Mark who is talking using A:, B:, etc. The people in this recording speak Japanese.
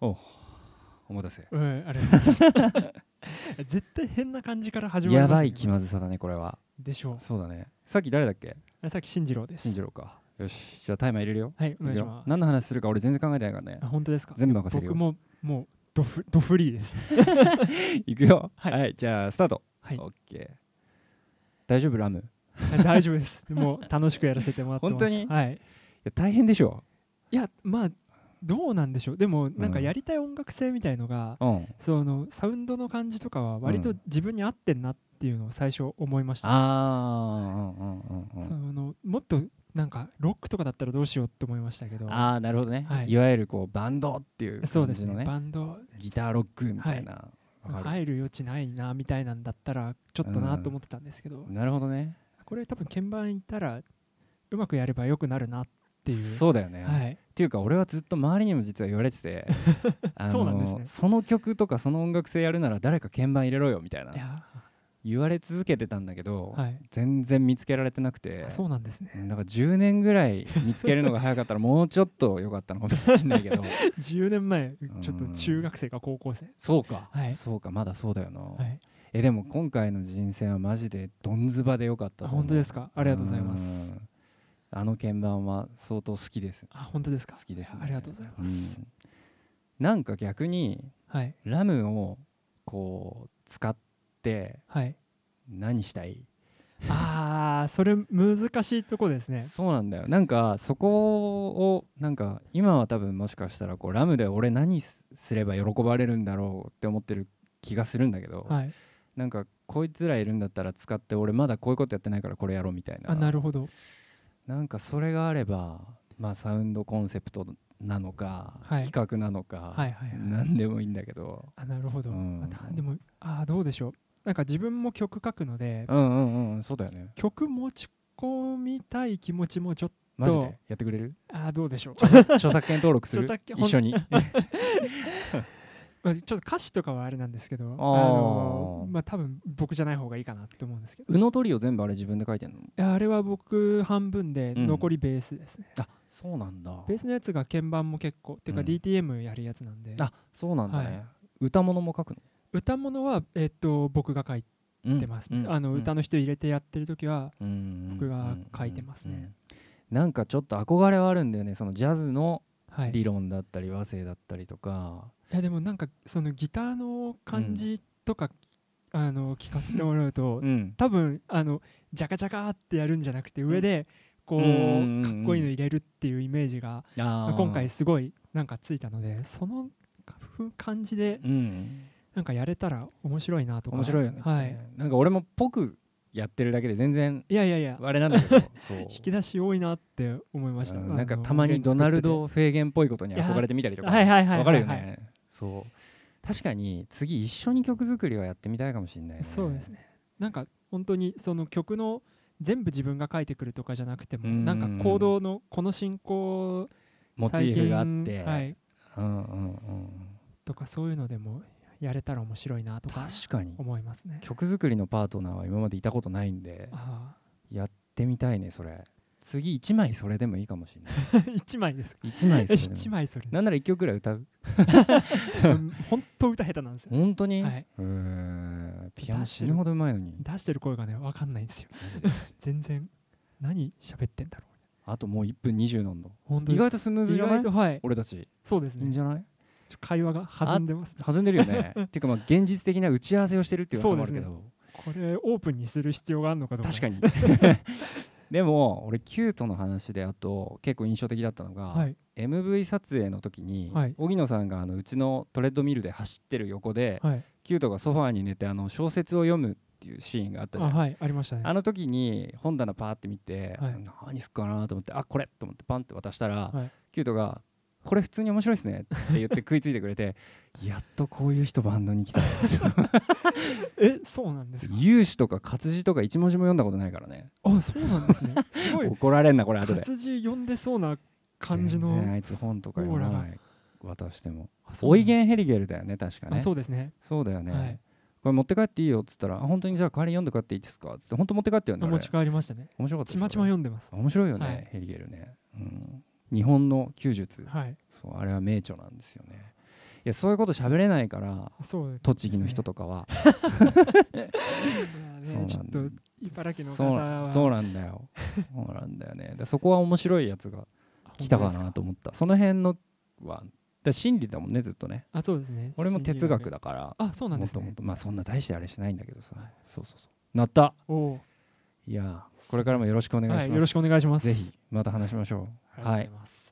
A: おお待たせ
B: うん、ありがとうございます。絶対変な感じから始まりま
A: や
B: すよ
A: ばい気まずさだねこれは
B: でしょ
A: そうだねさっき誰だっけ
B: う。さっき進次郎です
A: 新。次郎かよしじゃあタイマー入れるよ
B: はい、お願いし
A: くよ
B: ます。
A: 何の話するか俺全然考えてないからね
B: あ、本当ですか。
A: 全部任せるよ
B: 僕ももうドフドフリーです。
A: いくよは、
B: はいい
A: じゃあスタート
B: はい
A: オッケー大丈夫ラムい
B: はい大丈夫です。もう楽しくやらせてもらってます。
A: 本当に
B: はい。
A: や大変でしょ
B: いや、まあどうなんでしょう。でもなんか
A: うん
B: やりたい音楽性みたいのが、
A: うん
B: そのサウンドの感じとかは割
A: う
B: と
A: ん
B: 自分に合ってんなっていうのを最初思いました。
A: あーうんうんうんう
B: そ
A: ん
B: のもっとなんかロックとかだったらどうしようって思いましたけど。
A: あーなるほどね、
B: はい
A: い、わゆるこうバンドっていう
B: そう
A: 感
B: です
A: じの
B: ね。
A: ね
B: バンド
A: ギターロックみたいな、わかる
B: 入る余地ないなみたいなんだったらちょっとなと思ってたんですけど、
A: なるほどね
B: これ多分鍵盤いたらうまくやればよくなるなっていう
A: そうだよね、
B: はい
A: っていうか俺はずっと周りにも実は言われて てあの
B: そうなんですね
A: その曲とかその音楽性やるなら誰か鍵盤入れろよみたいない
B: や
A: 言われ続けてたんだけど、
B: はい
A: 全然見つけられてなくて
B: あそうなんですね
A: うんだから10年ぐらい見つけるのが早かったらもうちょっと良かったのかもしれないけど
B: 10年前
A: ん
B: ちょっと中学生か高校生
A: そうか、
B: はい
A: そうかまだそうだよな、
B: はい
A: えでも今回の人選はマジでどんずばで良かった
B: あ
A: と思う
B: 本当ですかありがとうございます
A: んあの鍵盤は相当好きです
B: あ本当です
A: 好
B: か
A: きです、ね、
B: ありがとうございます
A: んなんか逆に
B: はい
A: ラムをこう使って
B: はい
A: 何したい、
B: あーそれ難しいとこですね
A: そうなんだよなんかそこをなんか今は多分もしかしたらこうラムで俺何すすれば喜ばれるんだろうって思ってる気がするんだけど、
B: はい
A: なんかこいつらいるんだったら使って俺まだこういうことやってないからこれやろうみたいな
B: あなるほど
A: なんかそれがあればまあサウンドコンセプトなのか、
B: はい
A: 企画なのか、
B: はいはいはい
A: 何でもいいんだけど。
B: あなるほど、
A: うん
B: あなでもあーどうでしょうなんか自分も曲書くので
A: うんうんうんそうだよね
B: 曲持ち込みたい気持ちもちょっと
A: マジで
B: どう
A: やってくれる
B: あーどうでしょう
A: 著作権登録する
B: 著作権
A: 一緒に
B: まあちょっと歌詞とかはあれなんですけど、あ
A: ー
B: のまあ多分僕じゃない方がいいかなって思うんですけど、
A: うのトリを全部あれ自分で書いてんの
B: いやあれは僕半分で
A: うん
B: 残りベースですね。
A: あそうなんだ
B: ベースのやつが鍵盤も結構、ていうか
A: うん
B: DTM やるやつなんで、
A: あそうなんだね、
B: はい
A: 歌物も書くの
B: 歌物はえっと僕が書い
A: うん
B: てます。
A: うん
B: あの
A: うん
B: 歌の人入れてやってる時は、
A: うん
B: 僕が書いてますね
A: うんうんなんかちょっと憧れはあるんだよねそのジャズの
B: はい。
A: 理
B: い
A: 論だったり和声だったりとか、
B: やでもなんかそのギターの感じとか、あの聞かせてもらう と、
A: うん
B: 多分あのジャカジャカってやるんじゃなくて上でこう、
A: うんうんうん
B: かっこいいの入れるっていうイメージが
A: あー
B: 今回すごいなんかついたのでそのふ感じで
A: うん
B: なんかやれたら面白いなとか
A: 面白いよね,、
B: はい、
A: なんか俺もぽくやってるだけで全然
B: いやいやいや
A: あれなんだけ どそう
B: 引き出し多いなって思いました、
A: う
B: あ
A: ん
B: の
A: なんかたまにドナルド・フェーゲンっぽいことに
B: いや
A: 憧れてみたりとか
B: はいはいはい
A: わかるよ
B: はいは
A: ねそう確かに次一緒に曲作りはやってみたいかもしれないね
B: そうですねなんか本当にその曲の全部自分が書いてくるとかじゃなくて
A: う
B: も
A: ん
B: なんか行動のこの進行
A: モチーフがあって、
B: 最近はい、
A: うんうんうん
B: とかそういうのでもやれたら面白いなとか
A: 確かに
B: 思いま すね
A: 曲作りのパートナーは今までいたことないんで
B: あ
A: やってみたいねそれ次1枚それでもいいかもしれ ない
B: あ1枚ですか
A: 1枚それでも
B: 1枚それ
A: なんなら1曲ぐらい歌う
B: 本当歌下手なんですよ
A: 本当に、
B: はい、
A: うーんピアノ死ぬほどうまいのに
B: 出してる声がね分かんないんですよ
A: マジで
B: 全然何喋ってんだろう
A: あともう1分20なんだ
B: 本当
A: 意
B: です
A: 外とスムーズじゃない
B: 意外とはい
A: 俺たち
B: そうです
A: いいん
B: ね
A: じゃない
B: ちょ会話が弾んでます
A: 弾んでるよ ねっていうかまあ現実的な打ち合わせをしてるっていう噂もあるけど、
B: これオープンにする必要があるのかどうか
A: 確かに でも俺キュートの話であと結構印象的だったのが、
B: はい、
A: MV 撮影の時に、
B: はい
A: 荻野さんがあのうちのトレッドミルで走ってる横で、
B: はい、
A: キュートがソファーに寝てあの小説を読むっていうシーンがあった
B: あ
A: じゃんあ,、
B: はいありましたね
A: の時に本棚パーって見て、
B: はい
A: 何すっかなと思ってあこれと思ってパンって渡したら、
B: はい
A: キュートが「これ普通に面白いですね」って言って食いついてくれて やっとこういう人バンド に来た
B: えそうなんですか
A: 有志とか活字とか一文字も読んだことないからね
B: あそうなんですね すごい
A: 怒られんなこれ後で
B: 活字読んでそうな感じ
A: 全然
B: の
A: あいつ本とか読まない渡しても
B: あそう
A: オ
B: な
A: イ
B: んです
A: ゲンヘリゲルだよね確か
B: あ
A: ね
B: そ
A: そう
B: うですね
A: だよね、
B: はい
A: これ持って帰っていいよっつったらあ本当にじゃあ代わりに読んで帰っていいですかっつって本当持って帰ったよね
B: あ
A: あれ
B: 持ち帰りましたね
A: 面白かったで
B: ち
A: しょ
B: まちま読んでます
A: 面白いよね、
B: はい
A: ヘリゲルね、うん、日本の弓術
B: はい
A: そうあれは名著なんですよねやそういうこと喋れないから
B: そうですね
A: 栃木の人とかは、
B: いやね
A: そうなん
B: ちょっと茨城の方
A: そうな
B: は
A: そうなんだよそうなんだよねでそこは面白いやつが来たか
B: 本当で
A: な
B: す
A: と思ったその辺のはだ心理だもんねずっとね
B: あそうですね
A: 俺も哲学
B: だ
A: だから
B: あそうなん
A: もっ
B: です
A: ともっ
B: ね
A: とまあそんな大してあれしないんだけどさ、
B: はい
A: そうそうそうなった
B: おお
A: いやーこれからもよろしくお
B: ー
A: 願いします、
B: はいよろしくお願いします
A: ぜひまた話しましょう
B: ありがとうございます